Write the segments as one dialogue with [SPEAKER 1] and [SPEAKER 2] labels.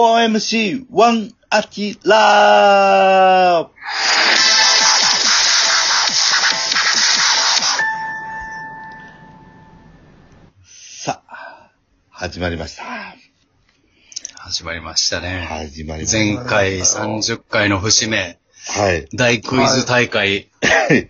[SPEAKER 1] 4MC1 アキラーさあ、始まりました。
[SPEAKER 2] 始まりましたね。
[SPEAKER 1] 始まりまし
[SPEAKER 2] 前回30回の節目、
[SPEAKER 1] た。はい。
[SPEAKER 2] 大クイズ大会、
[SPEAKER 1] はい。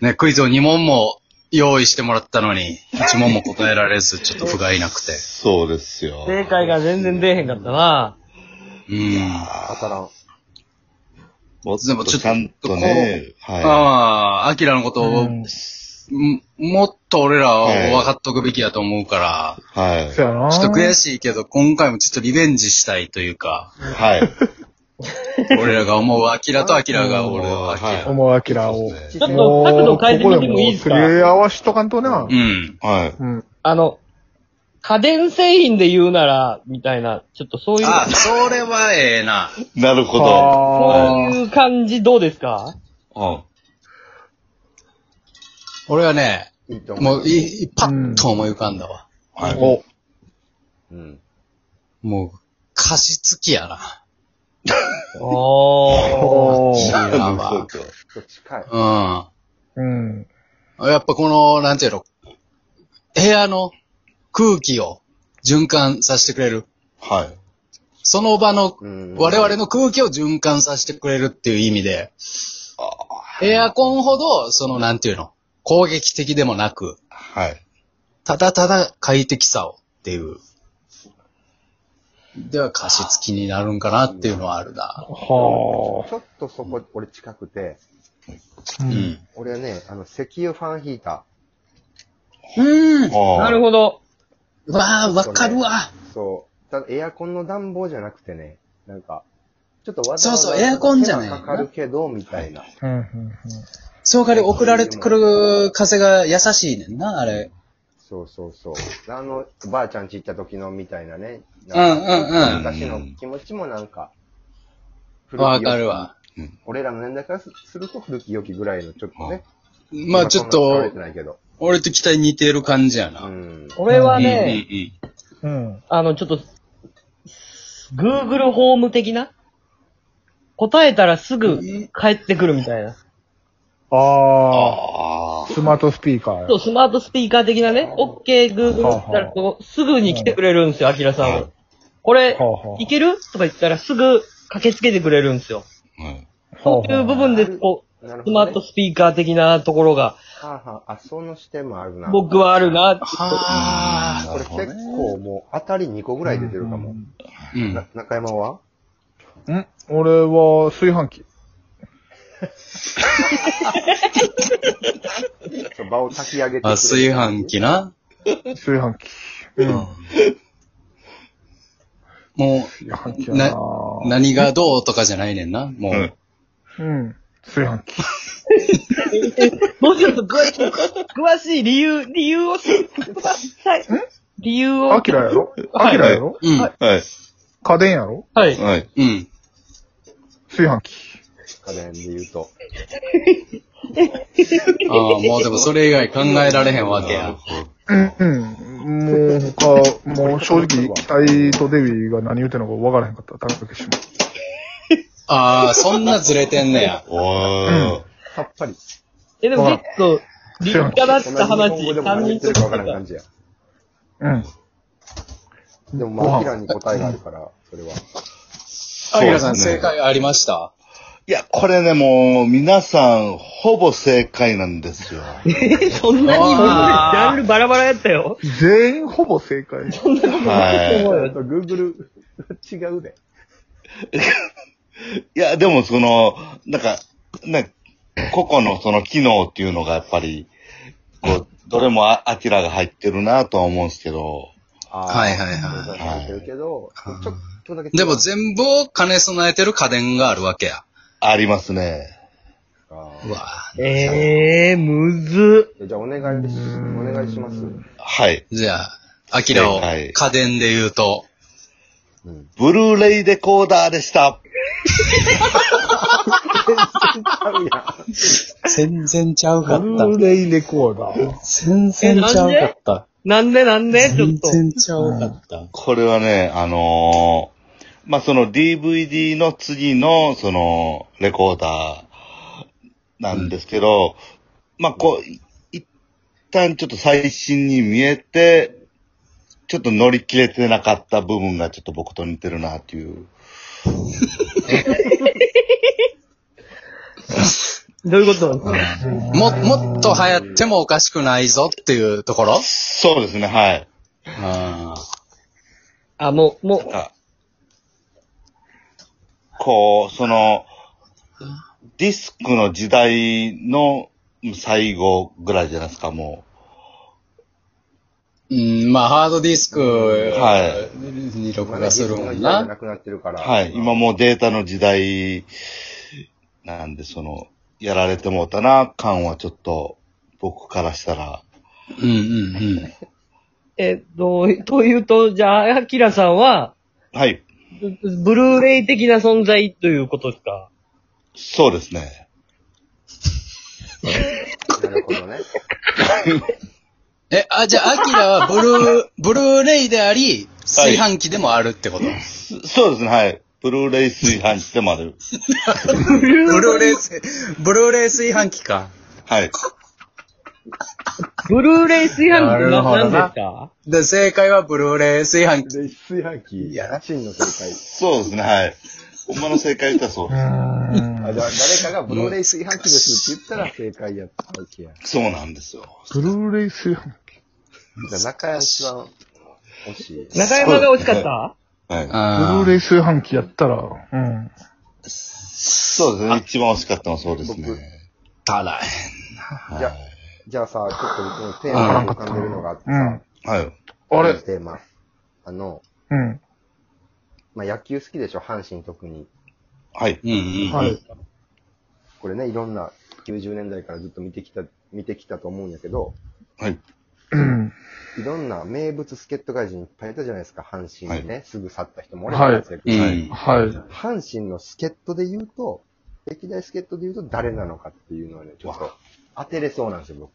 [SPEAKER 2] ね、クイズを2問も用意してもらったのに、1問も答えられず、ちょっと不甲斐なくて。
[SPEAKER 1] そうですよ。
[SPEAKER 3] 正解が全然出えへんかったな。
[SPEAKER 2] うん。
[SPEAKER 3] わからん。
[SPEAKER 1] もっ
[SPEAKER 2] でも
[SPEAKER 1] と
[SPEAKER 2] ちょっと
[SPEAKER 1] ちゃんとね、は
[SPEAKER 2] ああ、アキラのことを、
[SPEAKER 3] うん
[SPEAKER 2] んもっと俺らは分かっとくべきだと思うか
[SPEAKER 1] い。はい。
[SPEAKER 3] やな
[SPEAKER 2] ら、ちょっと悔しいけど、今回もちょっとリベンジしたいというか、
[SPEAKER 1] はい。
[SPEAKER 2] 俺らが思うアキラとアキラが俺
[SPEAKER 1] は
[SPEAKER 2] はアキラ。
[SPEAKER 4] 思うアキラを。
[SPEAKER 1] い。
[SPEAKER 3] ちょっと角度変えてみてもいいです
[SPEAKER 4] ここです
[SPEAKER 3] か
[SPEAKER 4] り合わしとかんとな
[SPEAKER 2] う。ん。
[SPEAKER 1] はい。
[SPEAKER 4] うん。
[SPEAKER 3] あの、家電製品で言うなら、みたいな、ちょっとそういう、
[SPEAKER 2] あ、それはええな。
[SPEAKER 1] なるほど。
[SPEAKER 4] あ
[SPEAKER 3] そういう感じどうですか
[SPEAKER 1] うん。
[SPEAKER 2] 俺はね、もうい、パッ
[SPEAKER 4] ッ
[SPEAKER 2] と
[SPEAKER 4] と
[SPEAKER 2] 思い浮かんだわ。
[SPEAKER 1] はい。
[SPEAKER 4] お、
[SPEAKER 2] もう、加湿器やな。
[SPEAKER 3] おー。
[SPEAKER 4] おー。
[SPEAKER 2] や
[SPEAKER 1] そう
[SPEAKER 2] ば。
[SPEAKER 1] か
[SPEAKER 4] うん。
[SPEAKER 2] うん。やっぱこの、なんていうの、部屋の空気を循環させてくれる。
[SPEAKER 1] はい。
[SPEAKER 2] その場の、我々の空気を循環させてくれるっていう意味で、エアコンほど、その、なんていうの、攻撃的でもなく、
[SPEAKER 1] はい。
[SPEAKER 2] ただただ快適さをっていう。では、加湿器になるんかなっていうのはあるな。
[SPEAKER 4] は
[SPEAKER 5] ちょっとそこ、俺近くて、
[SPEAKER 4] あ。う。
[SPEAKER 2] うんん。
[SPEAKER 5] 俺はね、あの、石油ファンヒータ
[SPEAKER 2] うん。
[SPEAKER 1] な
[SPEAKER 3] なるほど。
[SPEAKER 2] うわあ、わかるわ。
[SPEAKER 5] ー。そう。ただエアコンの暖房じゃなくてね、なんか、ちょっとわ
[SPEAKER 2] そうそうエアコンじゃない
[SPEAKER 5] 手間かかるけど、みたいな。
[SPEAKER 4] うんうん
[SPEAKER 2] その代わり送られてくる風が優しいねんな、あれ。
[SPEAKER 5] そうそうそう。あの、ばあちゃんち行った時のみたいなね。
[SPEAKER 2] うんうんうん
[SPEAKER 5] 昔の気持ちもなんか、
[SPEAKER 2] わか
[SPEAKER 5] 良き
[SPEAKER 2] る。わ。
[SPEAKER 5] 俺らの年代からすすると古き良きぐらいのちょっとね。
[SPEAKER 2] まあちょっ
[SPEAKER 5] そんな使われ
[SPEAKER 2] と
[SPEAKER 5] て、ないけど。
[SPEAKER 2] 俺と期待似てる感じや
[SPEAKER 5] う
[SPEAKER 2] な。
[SPEAKER 5] ん。
[SPEAKER 3] 俺は
[SPEAKER 2] うんうんう
[SPEAKER 3] ね、
[SPEAKER 2] ん。
[SPEAKER 4] うん。
[SPEAKER 3] あの、ちょっと、Google ホーム的な答えたらすぐ帰ってくるみたいな。
[SPEAKER 4] あ
[SPEAKER 1] あ
[SPEAKER 4] ー。スマートスピーカーや
[SPEAKER 3] そう、。スマートスピーカー的なね、OK、Google って言ったら、こう、すぐに来てくれるんですよ、アキラさんは。これ
[SPEAKER 4] はあは、あ
[SPEAKER 3] いけるとか言ったら、すぐ駆けつけてくれるんですよ。
[SPEAKER 1] あ。はい。
[SPEAKER 3] そういう部分で、こう、
[SPEAKER 5] なるほ
[SPEAKER 3] ス
[SPEAKER 5] ど、ね。
[SPEAKER 3] マートスピーカー的なところが、
[SPEAKER 5] はあはあ、あ、その視点もあるな。
[SPEAKER 3] 僕はあるな って。
[SPEAKER 2] はあ。
[SPEAKER 5] これ結構もう当たり2個ぐらい出てるかも。
[SPEAKER 2] うん
[SPEAKER 5] な。中山は
[SPEAKER 4] うん俺は炊飯器。
[SPEAKER 5] そう場を炊き上げてくれる
[SPEAKER 2] あ、炊飯器な。
[SPEAKER 4] 炊飯器。うん。
[SPEAKER 2] も
[SPEAKER 4] 炊飯器
[SPEAKER 2] う、な
[SPEAKER 4] やな、
[SPEAKER 2] 何がどうとかじゃないねんな。も
[SPEAKER 1] うん
[SPEAKER 2] う、
[SPEAKER 4] うん。炊飯器。
[SPEAKER 3] もうちょっと詳しい、詳しい理由、理由を、はい。理由を。
[SPEAKER 4] アキラやろアキラやろ
[SPEAKER 2] うん。
[SPEAKER 1] はい。
[SPEAKER 4] 家電やろ
[SPEAKER 3] はい。
[SPEAKER 1] はい。
[SPEAKER 2] うん。
[SPEAKER 4] 炊飯器。
[SPEAKER 5] 家電で言うと。
[SPEAKER 2] ああ、もうでもそれ以外考えられへんわけや。
[SPEAKER 4] うん。うん。もう他、もう正直、期待とデビーが何言うてんのか分からへんかった。高木氏も。
[SPEAKER 2] ああ、そんなずれてんね や。
[SPEAKER 1] おー。
[SPEAKER 5] さっぱり。
[SPEAKER 3] え、でも結構、立派だった
[SPEAKER 5] 同じ
[SPEAKER 3] 話、
[SPEAKER 5] 日本語でも何
[SPEAKER 3] 3
[SPEAKER 5] 言っ
[SPEAKER 3] 人
[SPEAKER 5] てる
[SPEAKER 3] と
[SPEAKER 5] か
[SPEAKER 3] も
[SPEAKER 5] わからん感じや。
[SPEAKER 4] うん。
[SPEAKER 5] でもまあ、明らに答えがあるから、それは。
[SPEAKER 2] アキラさん、
[SPEAKER 1] そうですね
[SPEAKER 2] 正解ありました
[SPEAKER 1] いや、これね、もう、皆さん、ほぼ正解なんですよ。
[SPEAKER 3] そんなに、ジャンルバラバラやったよ。
[SPEAKER 4] 全員ほぼ正解。
[SPEAKER 1] は
[SPEAKER 5] あと、Google、違うで。
[SPEAKER 1] い。いや、でもその、なんか、ね、個々のその機能っていうのがやっぱり、こう、どれもあ、アキラが入ってるなとは思うんですけど、
[SPEAKER 2] はいはい
[SPEAKER 5] そ
[SPEAKER 2] は
[SPEAKER 5] う
[SPEAKER 2] い。
[SPEAKER 5] そうそうしてるけど、ちょっとだけ違う。
[SPEAKER 2] でも全部を兼ね備えてる家電があるわけや。
[SPEAKER 1] ありますね。
[SPEAKER 5] あ
[SPEAKER 2] うわ
[SPEAKER 3] ええー、むずっ。
[SPEAKER 5] ーじゃあ、お願いし、お願いします。
[SPEAKER 1] はい。
[SPEAKER 2] じゃあ、アキラを
[SPEAKER 1] はい
[SPEAKER 2] 家電で言うと、
[SPEAKER 1] ブルーレイレコーダーでした。
[SPEAKER 2] 全然ちゃう
[SPEAKER 4] ブルーレイレコーダー。
[SPEAKER 2] 全
[SPEAKER 3] 然ちゃうか
[SPEAKER 2] った。
[SPEAKER 3] なんでなんでちょっ
[SPEAKER 2] 全
[SPEAKER 3] と。
[SPEAKER 2] 然ちゃうかった。
[SPEAKER 1] これはね、あのーまあ、その DVD の次の、その、レコーダーなんですけど、まあ、こう、い一旦ちょっと最新に見えて、ちょっと乗り切れてなかった部分がちょっと僕と似てるなっていう。
[SPEAKER 3] どういうこと
[SPEAKER 2] も、もっと流行ってもおかしくないぞっていうところ
[SPEAKER 1] そうですね、はい。
[SPEAKER 2] あ
[SPEAKER 3] あ、もう、もう、
[SPEAKER 1] あこう、その、ディスクの時代の最後ぐらいじゃないですか、も
[SPEAKER 2] うん、まあ、ハードディスク
[SPEAKER 1] は
[SPEAKER 2] に録
[SPEAKER 5] ま
[SPEAKER 2] 画
[SPEAKER 5] だ
[SPEAKER 2] す
[SPEAKER 5] 時
[SPEAKER 2] る
[SPEAKER 5] 代
[SPEAKER 2] もん
[SPEAKER 5] じゃな
[SPEAKER 2] な。
[SPEAKER 5] くなってるか
[SPEAKER 1] う。
[SPEAKER 5] ら。
[SPEAKER 1] はい。今もうデータの時代なんで、その、やられてもうたな感はちょっと、僕からしたら、
[SPEAKER 2] うんうんうん。
[SPEAKER 3] えっと、というと、じゃあ、アキラさんは、
[SPEAKER 1] はい。
[SPEAKER 3] ブブルーレイ的な存在ということですか
[SPEAKER 1] そうですね。
[SPEAKER 5] なるほどね。
[SPEAKER 2] え、あ、じゃあ、アキラはブルー、 ブルーレイであり、炊飯器でもあるってこと、
[SPEAKER 1] そそうですね、はい。ブルーレイ炊飯器でもある。
[SPEAKER 2] ブルーレイ炊、ブルーレイ炊飯器か。
[SPEAKER 1] はい。
[SPEAKER 3] ブルーレイ炊飯器
[SPEAKER 2] な
[SPEAKER 3] って
[SPEAKER 2] るほど
[SPEAKER 3] 何
[SPEAKER 2] な
[SPEAKER 3] ですか
[SPEAKER 2] で、正解はブルーレイ炊飯器。
[SPEAKER 5] で、炊飯器、真の正解。
[SPEAKER 1] そうですね、はい。ほんまの正解言ったらそう
[SPEAKER 4] う。ー
[SPEAKER 5] あ、
[SPEAKER 4] ん。
[SPEAKER 5] じゃあ誰かがブルーレイ炊飯器ですって言ったら正解やったわけや。
[SPEAKER 1] そうなんですよ。
[SPEAKER 4] ブルーレイ炊飯器。
[SPEAKER 5] じゃあ中山一番欲しい。
[SPEAKER 3] 中山が惜しかった
[SPEAKER 1] はい。
[SPEAKER 4] ブル
[SPEAKER 2] あ
[SPEAKER 4] ーレイ炊飯器やったら、うん。
[SPEAKER 1] そうですね。一番惜しかったのはそうですね。
[SPEAKER 2] たら
[SPEAKER 5] じゃあ、じゃあさ、ちょっとこのテーマに浮かんでるのがあって
[SPEAKER 4] う
[SPEAKER 5] さ
[SPEAKER 4] ん、。
[SPEAKER 1] はい。
[SPEAKER 4] あ
[SPEAKER 5] この
[SPEAKER 4] れ
[SPEAKER 5] テーマ。あの、
[SPEAKER 4] うん。
[SPEAKER 5] まあ、野球好きでしょ、阪神特に。
[SPEAKER 1] はい。
[SPEAKER 2] うんうん。
[SPEAKER 4] はい。
[SPEAKER 5] これね、いろんな90年代からずっと見てきた、見てきたと思うんやけど、
[SPEAKER 1] はい。
[SPEAKER 4] うん。
[SPEAKER 5] いろんな名物助っ人外人いっぱいいたじゃないですか、阪神にね。すぐ去った人も俺
[SPEAKER 4] はい
[SPEAKER 5] なんですけど
[SPEAKER 2] うん。
[SPEAKER 4] はい。
[SPEAKER 5] 阪神の助っ人で言うと、歴代助っ人で言うと誰なのかっていうのはね、ちょっと当てれそうなんですよ、僕。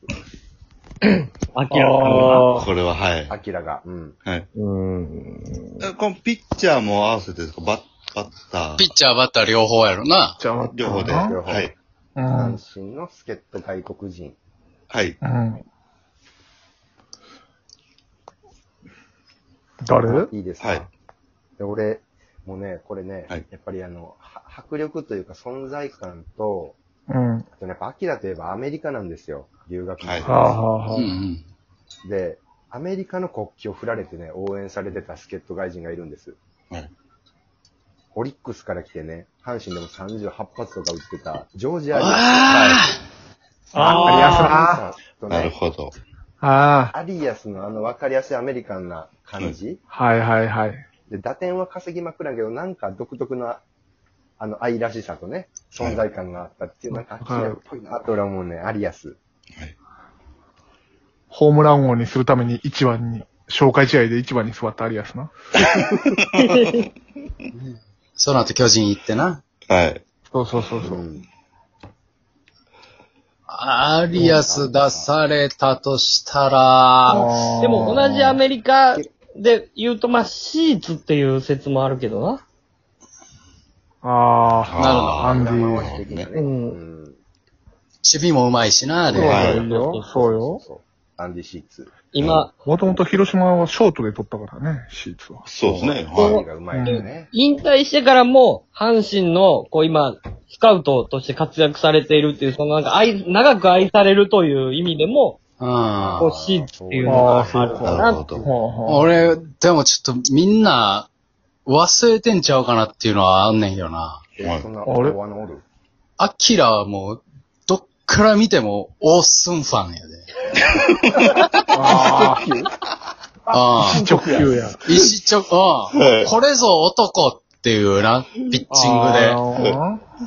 [SPEAKER 3] アキラさんは。
[SPEAKER 1] これは、はい。
[SPEAKER 5] アキラが。うん。
[SPEAKER 1] はい。
[SPEAKER 6] うん。
[SPEAKER 1] えこのピッチャーも合わせてですかバッ、バッター。
[SPEAKER 2] ピッチャーバッター両方やろな。
[SPEAKER 4] じゃあ、
[SPEAKER 1] 両方で。
[SPEAKER 4] う
[SPEAKER 1] はい。
[SPEAKER 4] ん
[SPEAKER 5] 阪。神の助っ人外国人。
[SPEAKER 1] はい。
[SPEAKER 4] うん。誰
[SPEAKER 5] いいですか、
[SPEAKER 1] はい
[SPEAKER 5] で俺、もうね、これね、
[SPEAKER 1] はい
[SPEAKER 5] やっぱりあの、は迫力というか存在感と、
[SPEAKER 4] うん。は
[SPEAKER 5] あとね、やっぱアキラといえばアメリカなんですよ、留学の、
[SPEAKER 1] はい
[SPEAKER 4] あはあ
[SPEAKER 2] う
[SPEAKER 4] は
[SPEAKER 2] んうん。
[SPEAKER 5] で、アメリカの国旗を振られてね、応援されてた助っ人外人がいるんです。
[SPEAKER 1] はい
[SPEAKER 5] オリックスから来てね、阪神でも38発とか打ってた、ジョージアリ
[SPEAKER 2] あ
[SPEAKER 4] あ。あ
[SPEAKER 5] アリアスと
[SPEAKER 1] なる
[SPEAKER 5] ね、
[SPEAKER 1] ほど。
[SPEAKER 4] あ。ああ。
[SPEAKER 5] アリアスのあの分かりやすいアメリカンな感じ、
[SPEAKER 4] はいはいはい。
[SPEAKER 5] で、打点は稼ぎまくらんけど、なんか独特な、あの、愛らしさとね、存在感があったっていう、なんか、アキラっぽいなと俺は思うね、アリアス。
[SPEAKER 4] ホームラン王にするために一番に、紹介試合で一番に座ったアリアスな。
[SPEAKER 2] あ。その後巨人行ってな。
[SPEAKER 1] はい。
[SPEAKER 4] そうそうそうそうう。
[SPEAKER 5] ん
[SPEAKER 2] アリアス出されたとしたら、
[SPEAKER 4] あー
[SPEAKER 3] でも同じアメリカで言うと、まあ、シーツっていう説もあるけどな。
[SPEAKER 4] ああ、アンデ
[SPEAKER 5] 生
[SPEAKER 4] ィ。
[SPEAKER 5] 々しい的なね。
[SPEAKER 3] う
[SPEAKER 5] うんん。
[SPEAKER 2] 守備もうまいしな、あ
[SPEAKER 4] そう
[SPEAKER 2] れ。
[SPEAKER 4] なんだよ。そうよ。
[SPEAKER 5] そう。アンディシーツ。
[SPEAKER 3] 今、
[SPEAKER 4] もともと広島はショートで取ったからね、シーツは。
[SPEAKER 1] そうですね。
[SPEAKER 5] アンデ
[SPEAKER 1] は
[SPEAKER 5] ィがうまいよね。
[SPEAKER 3] 引退してからも、阪神の、こう今、スカウトとして活躍されているっていう、そのなんか愛、長く愛されるという意味でも、
[SPEAKER 2] うん。
[SPEAKER 3] こうシーツっていうのがあるか
[SPEAKER 1] い。なる
[SPEAKER 3] な
[SPEAKER 1] ほ
[SPEAKER 3] って。
[SPEAKER 1] ど。
[SPEAKER 4] は
[SPEAKER 2] 俺、でもちょっとみんな忘れてんちゃうかなっていうのはあんねんけどな。
[SPEAKER 1] はい
[SPEAKER 5] え、そんな、大穴おる
[SPEAKER 2] アキラはもう、どっから見てもオースンファンやで。
[SPEAKER 4] あ
[SPEAKER 2] あ
[SPEAKER 4] あ、直球や。
[SPEAKER 2] あ。石ちょ、
[SPEAKER 1] は
[SPEAKER 2] うん。
[SPEAKER 1] い
[SPEAKER 2] これぞ男っていうな、ピッチングで。
[SPEAKER 4] で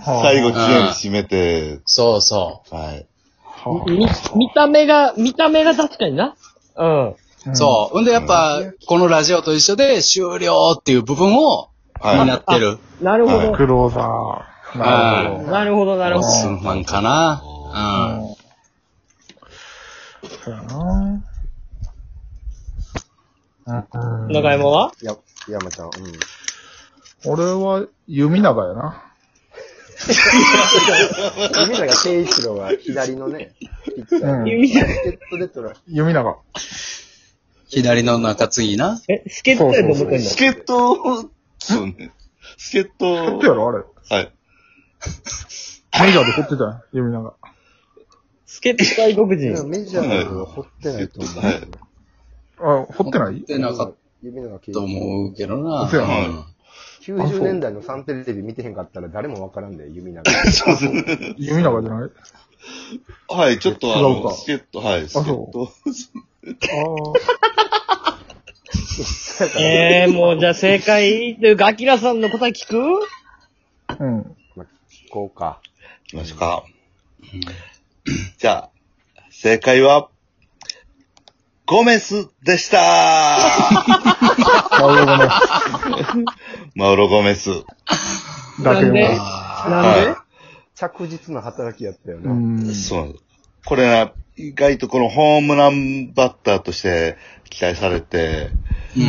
[SPEAKER 1] 最後、きれいに締めて、
[SPEAKER 2] そうそ
[SPEAKER 1] はい。
[SPEAKER 3] み見た目が、見た目が確かにな。うん。
[SPEAKER 2] う。そう。ほんでやっぱ、このラジオと一緒で終了っていう部分を担
[SPEAKER 1] は
[SPEAKER 2] ってる。
[SPEAKER 3] なるほ
[SPEAKER 4] う
[SPEAKER 3] ど
[SPEAKER 4] ん。クローザー。なる
[SPEAKER 2] あ
[SPEAKER 3] なるほど、な
[SPEAKER 2] あ。
[SPEAKER 3] る
[SPEAKER 2] オー
[SPEAKER 3] ほど。
[SPEAKER 2] スンファンかな。うん。
[SPEAKER 4] ほど。そうやな。うん
[SPEAKER 3] 中山は
[SPEAKER 5] や、山ちゃん。うん。
[SPEAKER 4] 俺は、弓長やな。
[SPEAKER 5] 君らが圭一郎は左のね、ピッチャー。
[SPEAKER 4] うん。
[SPEAKER 3] 弓じゃない
[SPEAKER 5] ヘッドで取ら
[SPEAKER 4] 弓長。
[SPEAKER 2] 左の中継ぎな。
[SPEAKER 3] え、助っ人やと思ってんの
[SPEAKER 1] 助っ人を、そうね。助っ
[SPEAKER 4] 取
[SPEAKER 1] 人
[SPEAKER 4] ってやろ、あれ。
[SPEAKER 1] はい。
[SPEAKER 4] メジャーで取ってたやん、弓長。
[SPEAKER 3] 助っ人外国
[SPEAKER 5] でも
[SPEAKER 3] 人。
[SPEAKER 5] メジャーの掘ってないと思う。
[SPEAKER 1] はい
[SPEAKER 4] あ、掘ってない
[SPEAKER 2] 出なかっ
[SPEAKER 5] 指のが
[SPEAKER 2] た
[SPEAKER 5] 消
[SPEAKER 2] と
[SPEAKER 5] え
[SPEAKER 2] 思うけどな。
[SPEAKER 4] そうや
[SPEAKER 1] な
[SPEAKER 2] うん
[SPEAKER 5] 90年代のサンテレビ見てへんかったら誰もわからんで、指長。
[SPEAKER 1] そうですね。
[SPEAKER 4] 弓長じゃない
[SPEAKER 1] はい、ちょっとあ
[SPEAKER 4] 違う
[SPEAKER 1] の、
[SPEAKER 4] か
[SPEAKER 1] 助っ人、はい、助っ人。
[SPEAKER 3] えー、もうじゃあ正解というか、アキラさんの答え聞く
[SPEAKER 4] ああ。うん。
[SPEAKER 5] まあ、聞こうか。
[SPEAKER 1] いきましょうか。じゃあ、正解は、ゴメスでした
[SPEAKER 4] マウロゴね。
[SPEAKER 1] マウロ・ゴメス。
[SPEAKER 4] 打点
[SPEAKER 3] なんで
[SPEAKER 4] は。
[SPEAKER 3] なんで
[SPEAKER 5] 着実な働きやったよ
[SPEAKER 4] う
[SPEAKER 5] な。
[SPEAKER 1] はい、
[SPEAKER 4] ん。
[SPEAKER 1] そうなんです。これな、意外とこのホームランバッターとして期待されて、
[SPEAKER 2] うん。
[SPEAKER 5] う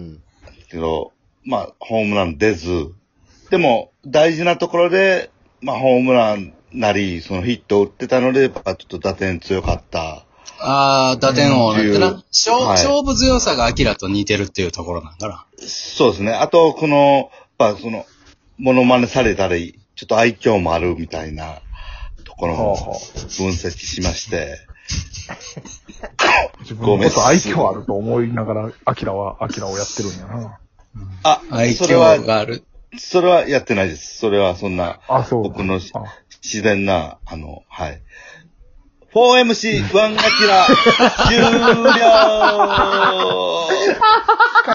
[SPEAKER 5] ん。
[SPEAKER 1] けど、まあ、ホームラン出ず、でも、大事なところで、まあ、ホームランなり、そのヒットを打ってたので、やっぱちょっと打点強かった。
[SPEAKER 2] ああ、打点王なんて
[SPEAKER 1] うん
[SPEAKER 2] な。勝
[SPEAKER 1] はい
[SPEAKER 2] 勝負強さがアキラと似てるっていうところなんだな。
[SPEAKER 1] そうですね。あと、この、やっぱその、モノマネされたり、ちょっと愛嬌もあるみたいなところ
[SPEAKER 4] はあ
[SPEAKER 1] も
[SPEAKER 4] は
[SPEAKER 1] 分析しまして、
[SPEAKER 4] 自分のこと愛嬌あると思いながら、アキラは、アキラをやってるんやな。
[SPEAKER 1] あ、
[SPEAKER 2] 愛
[SPEAKER 1] それ
[SPEAKER 2] 嬌
[SPEAKER 1] は、
[SPEAKER 2] がある。
[SPEAKER 1] それはやってないです。それはそんな
[SPEAKER 4] あ、そう。
[SPEAKER 1] 僕の
[SPEAKER 4] あ
[SPEAKER 1] 自然な、あの、はい。4MC1 アキラ、終了